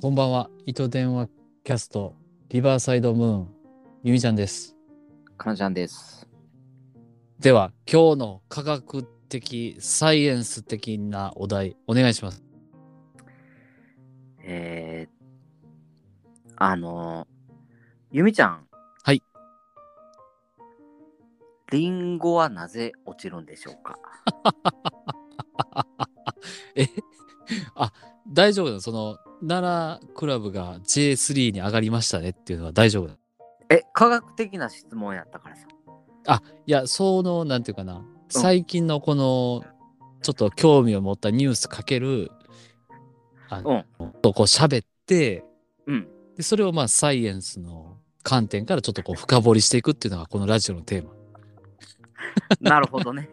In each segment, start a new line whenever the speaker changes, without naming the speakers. こんばんは。糸電話キャスト、リバーサイドムーン、ゆみちゃんです。
かなちゃんです。
では、今日の科学的、サイエンス的なお題、お願いします。
えー、あのゆみちゃん。
はい。
リンゴはなぜ落ちるんでしょうか
えあ、大丈夫だ。その、奈良クラブが J3 に上がりましたねっていうのは大丈夫だ。
え、科学的な質問やったからさ。
いや、その、なんていうかな、最近のこの、ちょっと興味を持ったニュースかける、あ
う
の、
ん。
とこう喋って、
うん。
でそれをまあサイエンスの観点からちょっとこう深掘りしていくっていうのがこのラジオのテーマ。
なるほどね。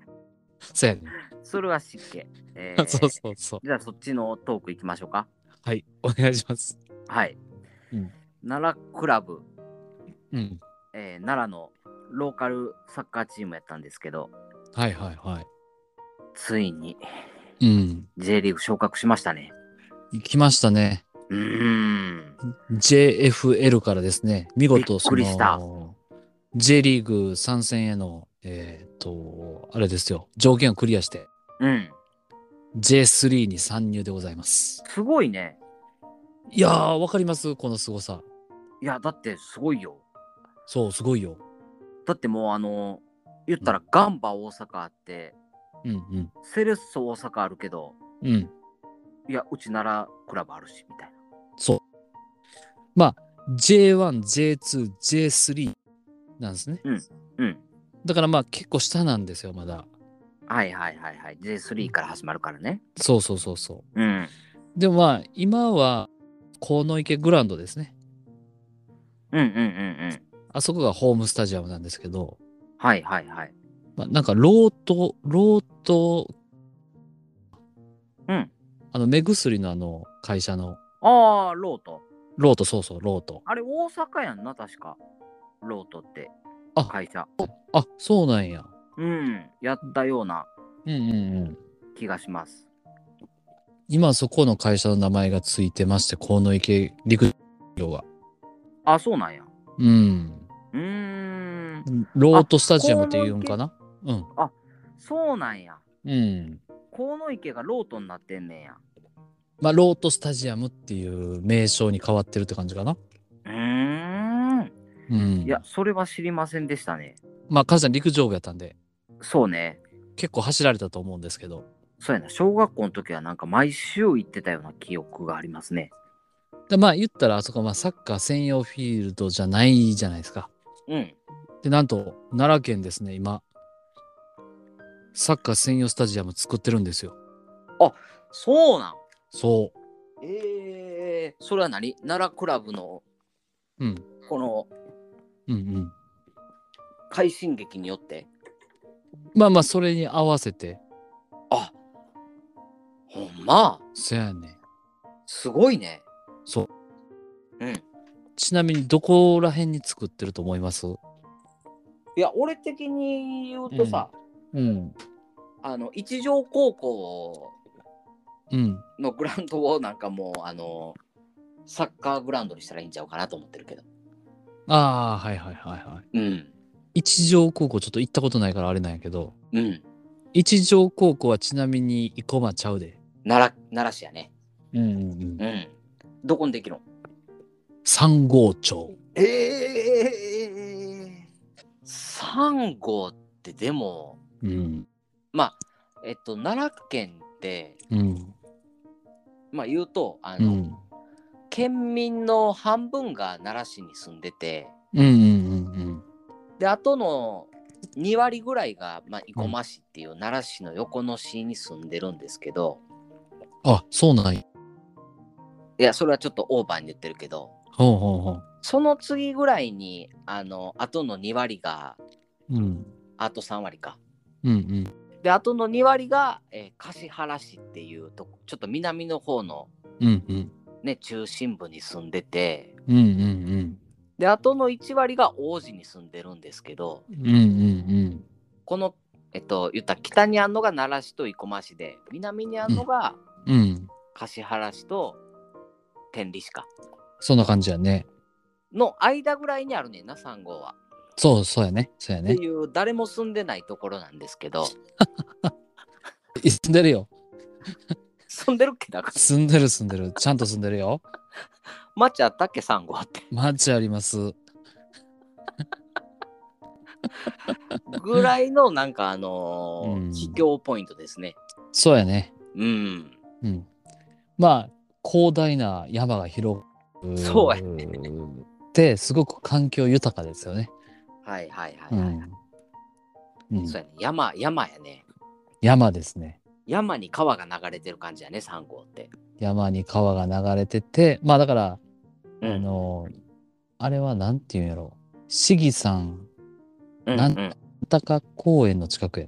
そうやね。
それは失敬。えー
そうそうそう。
じゃあそっちのトークいきましょうか。
はい。お願いします。
はい。
うん
奈良クラブ、
うん。
えー奈良のローカルサッカーチームやったんですけど、
はいはいは
ついに
い。うん。
J リーグ昇格しましたね。
来ましたね。
うーん。
JFL からですね、見事そ
びっくりした
の、J リーグ参戦への、えーっと、あれですよ、条件をクリアして、
うん。
J3 に参入でございます。
すごいね。
いやー、わかりますこの凄さ。
いや、だってすごいよ。
そう、すごいよ。
だってもうあの、言ったらガンバ大阪あって、
うんうん。
セレッソ大阪あるけど、
うん。
いや、うちならクラブあるし、みたいな。
そう。まあ、J1、J2、J3 なんですね。
うん。
だからまあ結構下なんですよ、まだ。
はいはいはいはい。J3 から始まるからね。
そうそうそうそ
うん。
う。でもまあ、今は、鴻池グラウンドですね。
うんうんうんうん。
あそこがホームスタジアムなんですけど、
はいはいはい。
まあ、なんか、ロート、ロート、
うん。
あの、目薬のあの、会社の、
ああ、ロート。
ロート、そうそう、ロート。
あれ、大阪やんな、確か。ロートって。
あ
会社。
あ、そうなんや。
うん。やったような
うんうんうん。
気がします。
今、そこの会社の名前がついてまして、鴻池陸上は。
あ、そうなんや。
うん。
うーん。
ロートスタジアムって言うんかなうん。
そうなんや。
うん。
鴻池がロートになってんねんや。
まあ、ロートスタジアムっていう名称に変わってるって感じかな。
うーん。
うん。
いや、、それは知りませんでしたね。
まあ、母さん陸上部やったんで、
そうね。
結構走られたと思うんですけど。
そうやな。小学校の時はなんか毎週行ってたような記憶がありますね。
でまあ、言ったら、あそこはまあサッカー専用フィールドじゃないじゃないですか。
うん。
で、なんと、奈良県ですね、今。サッカー専用スタジアム作ってるんですよ。
そうなん。
そう。
ええそれは何奈良クラブの
うん。
この
うんうん。
快進撃によって。
まあまあ、それに合わせて、
あほんま。
そやね。
すごいね。
そう。
うん。い
ちなみに、どこら辺に作ってると思います
や、俺的に言うとさ、
うん。
あの、一条高校
うん。
のグラウンドをなんかもう、あの、サッカーグラウンドにしたらいいんちゃうかなと思ってるけど。
ああ、はいはいはいはい。
うん。
一条高校ちょっと行ったことないからあれなんやけど、
うん。
一条高校はちなみに生駒ちゃうで。
奈良、奈良市やね。
うんうんうん。
ん。どこにできるの
三号町。
ええ三号ってでも、
うん。
まあ、えっと、奈良県って、
うん。
まあ言うと、あ
う
の、
ん。
県民の半分が奈良市に住んでて、
うんうんうん
で、あとの2割ぐらいが、まあ、生駒市っていう奈良市の横の市に住んでるんですけど、
うん。あ、そうなんや。
いや、それはちょっとオーバーに言ってるけど、
ほうほうほう。
その次ぐらいに、あの、あとの2割が、
うん。
あと3割か。
うんうん。
で、あとの2割が、えー橿原市っていうとこ、ちょっと南の方の、
うんうん。
ね、中心部に住んでて、
うんうん
で、あとの1割が王子に住んでるんですけど、
うん。うんうん
この、えっと、言ったら北にあんのが奈良市と生駒市で、南にあんのが
うん。うん。
橿原市と天理市か。
そんな感じやね。
の間ぐらいにあるねんな、3号は。
そう、そうやね。そうや
って
ね。
いう、誰も住んでないところなんですけど、
住んでるよ。
住んでるっけだか
住んでる住んでる。ちゃんと住んでるよ。
ら。町あったっけ、3号って。
マッチあります。
ぐらいの、なんかあのー
うん
秘境ポイントですね。
そうやね。
うん。
うん。まあ、広大な山が広く。
そうや
で、すごく環境豊かですよね。
はいはいは
う
い、はい
ん。うん
そうやね。山、山やね。
山ですね。
山に川が流れてる感じやね、3号って。
山に川が流れてて、まあだから、
うん
あの、あれはなんていうんやろう。市議さん、
うん
なん
うん
高公園の近くや。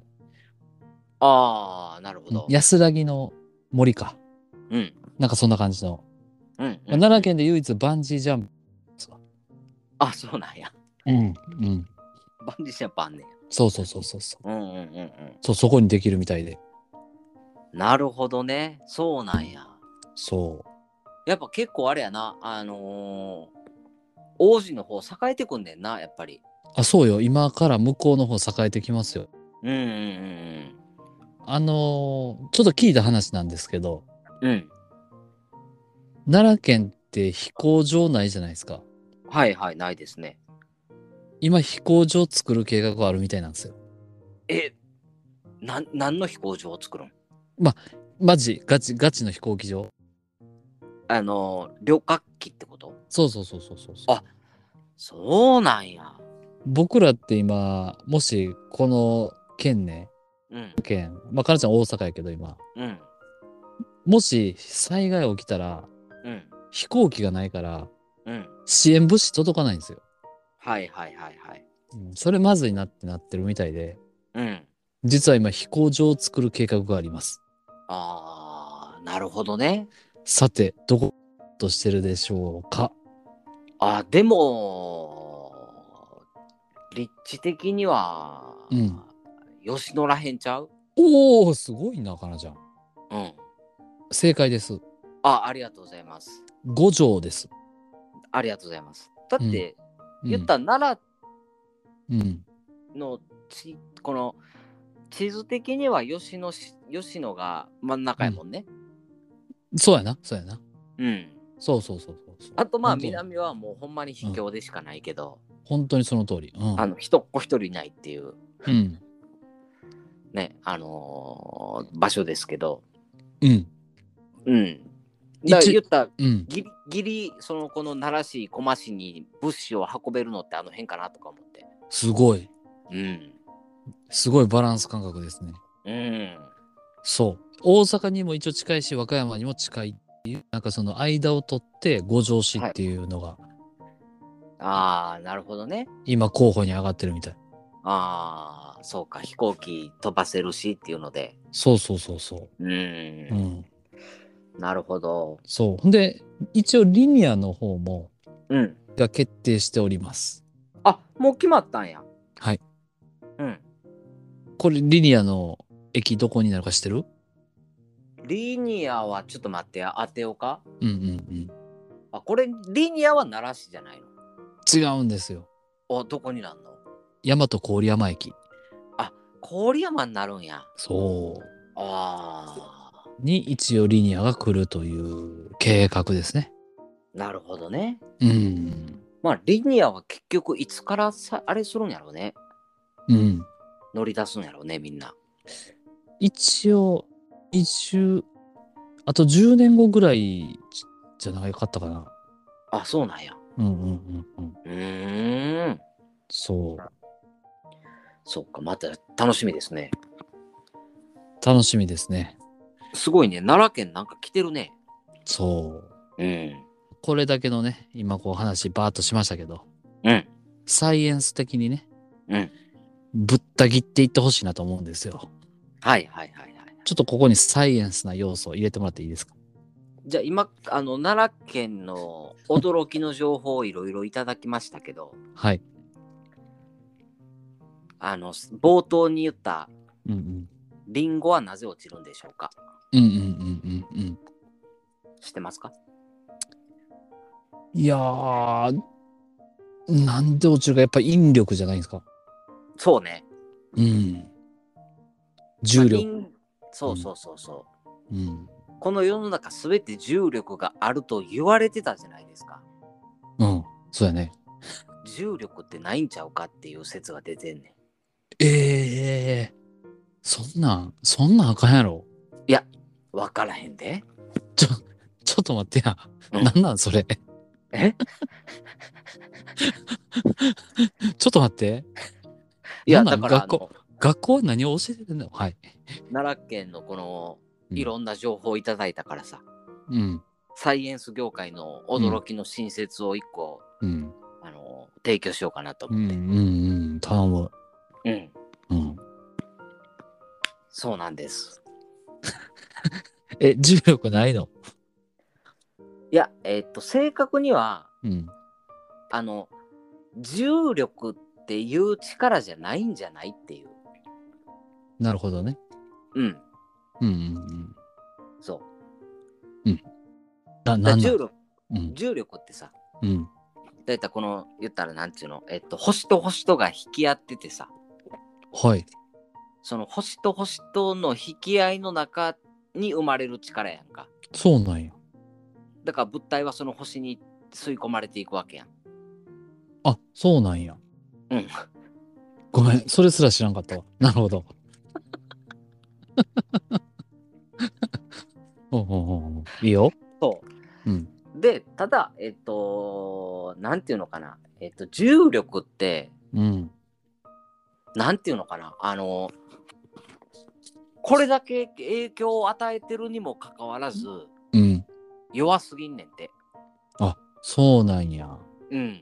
ああ、なるほど。
安らぎの森か。
うん。
なんかそんな感じの。
うんうん
まあ奈良県で唯一バンジージャンプ。
あ、そうなんや。
うん。うん。
バンジージャンプあんねん。
そうそうそうそうそう。
うんうんうんう
そう、そこにできるみたいで。
ん。なるほどね。そうなんや。
そ
やっぱ結構あれやな。あのー、王子の方栄えてくんねんな、やっぱり。
う。あ、そうよ。今から向こうの方栄えてきますよ。
うんうんうん
あのーちょっと聞いた話なんですけど、
うん。うん。
奈良県って飛行場ないじゃないですか。
はいはい、ないですね。
今飛行場作る計画があるみたいなんですよ。
え、なん、何の飛行場を作るん
マジ、ガチ、ガチの飛行機場。
あのー、旅客機ってこと
そうそうそうそうそうそう。
あそうなんや。
僕らって今、もしこの県ね、
うん
県、まあ、かなちゃん大阪やけど今、
うん
もし災害起きたら、
うん
飛行機がないから、
うん。
支援物資届かないんですよ。
はいはいはいはい。
うんそれまずいなってなってるみたいで、
うん。
実は今飛行場を作る計画があります。
ああ、なるほどね。
さて、どことしてるでしょうか
あでも、立地的には、
うん
吉野らへんちゃう
おおすごいな、かなちゃん。
うん。
正解です。
あ、ありがとうございます。
五条です。
ありがとうございます。だって、
うん
言ったら奈
うん。
良の地、この地図的には吉野し吉野が真ん中やもんね。
そうやな、そうやな。
うん。
そうそうそうそうそう。
あとまあ
本当
南はもうほんまに秘境でしかないけど、
本当にその通り。うん。
あの人っ子一人いないっていう
うん。
ね、あのー場所ですけど、
うん。
うん。だから
一
言ったら
うん。
ギリギリそのこの奈良市駒市に物資を運べるのってあの辺かなとか思って。
すごい。
うん。
すごいバランス感覚ですね。
うん。
そう。大阪にも一応近いし、和歌山にも近いっていう、なんかその間を取って五条市っていうのが、
ああ、なるほどね。
今候補に上がってるみたい。
ああ、そうか、飛行機飛ばせるしっていうので。。
そうそうそうそうう。うんん。
なるほど。
そう。ほんで、一応リニアの方も、
うん。
が決定しております。
あもう決まったんや。
はい。
うん。
これ、リニアの駅どこになるか知ってる
リニアはちょっと待ってや、当てようか。
うんうん
あ、これリニアは奈良市じゃない
う
の。
ん。違うんですよ。
お、どこになんの
大和郡山駅。
郡山になるんや。
そう。
ああ、
に一応リニアが来るという計画ですね。
なるほどね。
うん。
まあ、リニアは結局いつからさあれするんやろうね。
うん。
乗り出すんやろうね、みんな。
一応、一周、あと10年後ぐらいじじゃなかったかな。
あ、そうなんや。
うんうんうんうん。
うーん。
そう。
そっか、また楽しみですね。
楽しみですね。
すごいね、奈良県なんか来てるね。
そう。
うん。
これだけのね、今こう話バーッとしましたけど、
うん。
サイエンス的にね、
うん。
ぶった切っていってほしいなと思うんですよ。
はいはいはいはい。
ちょっとここにサイエンスな要素を入れてもらっていいですか
じゃあ今、あの、奈良県の驚きの情報をいろいろいただきましたけど、
はい。
あの、冒頭に言った、
うんうん。
リンゴはなぜ落ちるんでしょうか
うんうんうんうんうん。
知ってますか
いやー、なんで落ちるか、やっぱ引力じゃないですか。
そうね。
うん。重
まあ
力。
因そうそうそうそう。
うん。
この世の中すべて重力があると言われてたじゃないですか。
うん。そうやね。
重力ってないんちゃうかっていう説が出てんね
ええそんなん、そんなんあかんやろ。
ん。わからへんで。
ちょっと待ってや。
うん
なんなんそれ。
え
ちょっと待って。
いや、
な
だ
んなん
からあ
学
の
校、学校は何を教えてんのはい。
奈良県のこの
うん
いろんな情報をいただいたからさ、
うん。
サイエンス業界の驚きの新説を一個、
うん。
あの提供しようかなと
うん。う
思って。
ん。うん。頼む。
うん、
うん。
そうなんです。
え、重力ないの
いや、えっと、正確には、
うん。
あの、重力っていう力じゃないんじゃないっていう。
なるほどね。
うん、
うん。うんうん。
そう。
な、な
だから
んだ
重力
うん。
重力ってさ、
うん。
だいたいこの言ったらなんちゅうの、えっと、星と星とが引き合っててさ
はい。
その星と星との引き合いの中に生まれる力やんか
そうなんや。
だから物体はその星に吸い込まれていくわけやん
あ、そうなんや。
うん。
ごめん。それすら知らんかったわ。なるほど。 おうおうおうおういいよ。
そ
うん。
うでただえっとなんていうのかなえっと重力って
うん。
なんていうのかなあのこれだけ影響を与えてるにもかかわらず
うん。
弱すぎんねんて
そうなんや。
うん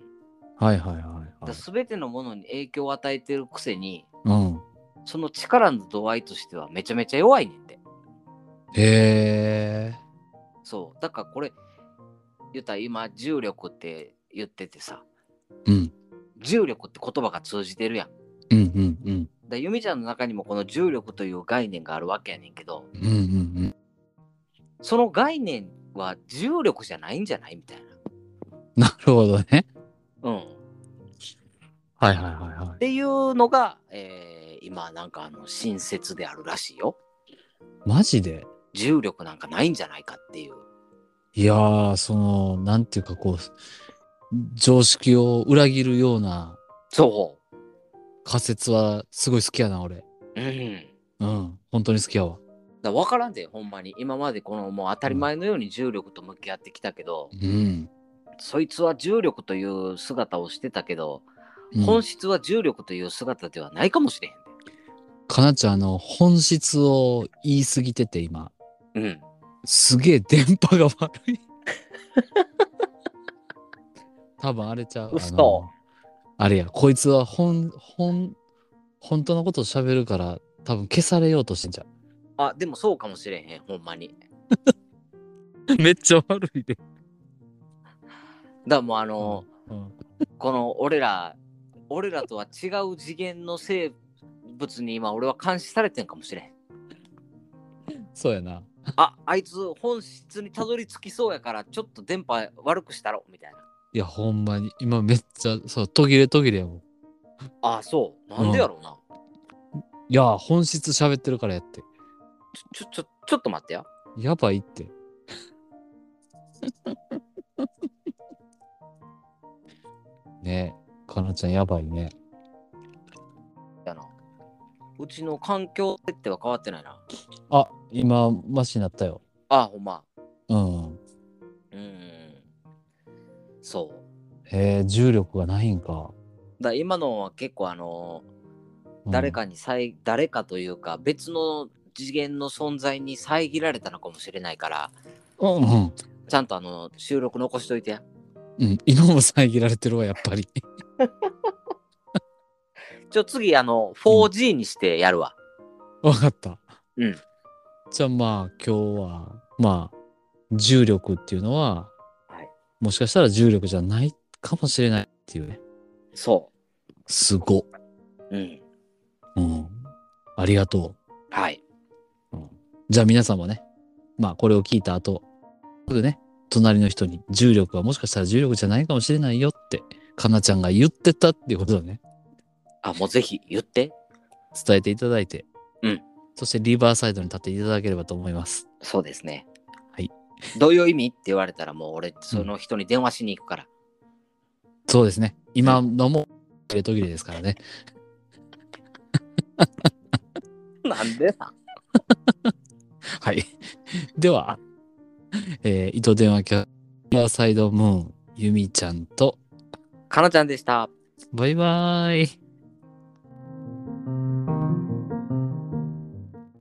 はいはいはい、はい。
すべてのものに影響を与えてるくせに
うん。
その力の度合いとしてはめちゃめちゃ弱いねんて。
へえ。
そう。だからこれ、言ったら今、重力って言っててさ、
うん。
重力って言葉が通じてるや
う
ん。
んうんうん。
だ由美ちゃんの中にもこの重力という概念があるわけやねんけど、
うんうん
その概念は重力じゃないんじゃないみたい
うん。なるほどね。
な。うん。っ
はいはいはいはい。
ていうのが、えー今、なんかあの、新説であるらしいよ。
マジで
重力なんかないんじゃないかっていう。
いやー、その、なんていうかこう、常識を裏切るような
そ
仮説はすごい好きやな、俺。
う。うん。
うん。本当に好きやわ。
だ分からんでほんまに今までこのもう当たり前のように重力と向き合ってきたけど、
うん。
そいつは重力という姿をしてたけど、
うん
本質は重力という姿ではないかもしれ
かなちゃん、あの、本質を言いすぎてて、今。
へんで。うん。
すげえ電波が悪 い。多分あれちゃう。あ
嘘
のあれや、こいつは本、本、本当のことを喋るから、多分消されようとしてんじゃ
あでもそうかもしれへんほんまに。
ん。 めっちゃ悪いで。
だからもうあの、
うん。
この俺ら俺らとは違う次元の生物に今俺は監視されてんかもしれん。
そうやな。
ああいつ本質にたどり着きそうやからちょっと電波悪くしたろみたいな。
いや、ほんまに。今めっちゃ、そう、途切れ途切れやもん。
あそうなんでやろうな。
いや、本質喋ってるからやって。
ちょちょちょちょっと待ってや。
やばいって。 ねえ、かなちゃんやばいね。
やな。うちの環境設定は変わってないな。
あ、今、マシになったよ。
あほんま。
うん。
うーん。そう。
へえ、重力がないんか。
だから今のは結構あの、
うん
誰かにさい、誰かというか、別の次元の存在に遮られたのかもしれないから、
うんうん。
ちゃんとあの、収録残しといてや。
うん。今も遮られてるわ、やっぱり。
ちょ、次あの、4G にしてやるわ。
わかった。
うん。
じゃあまあ、今日は、まあ、重力っていうのは、
はい
もしかしたら重力じゃないかもしれないっていうね。
そ
すごっ。
う。うん。
うん。ありがとう。
はい。
じゃあ皆さんもね、まあこれを聞いた後、すぐね、隣の人に重力はもしかしたら重力じゃないかもしれないよって、かなちゃんが言ってたっていうことをね、
あ、もうぜひ言って。
伝えていただいて、
うん。
そしてリバーサイドに立っていただければと思います。
そうですね。
はい。
どういう意味って言われたら、もう俺、その人に電話しに行くから。
そうですね。今のも、切れ途切れですからね。
なんでさ。
はい。では、えー、糸電話局、リバーサイドムーン、ゆみちゃんと、
かなちゃんでした。
バイバーイ。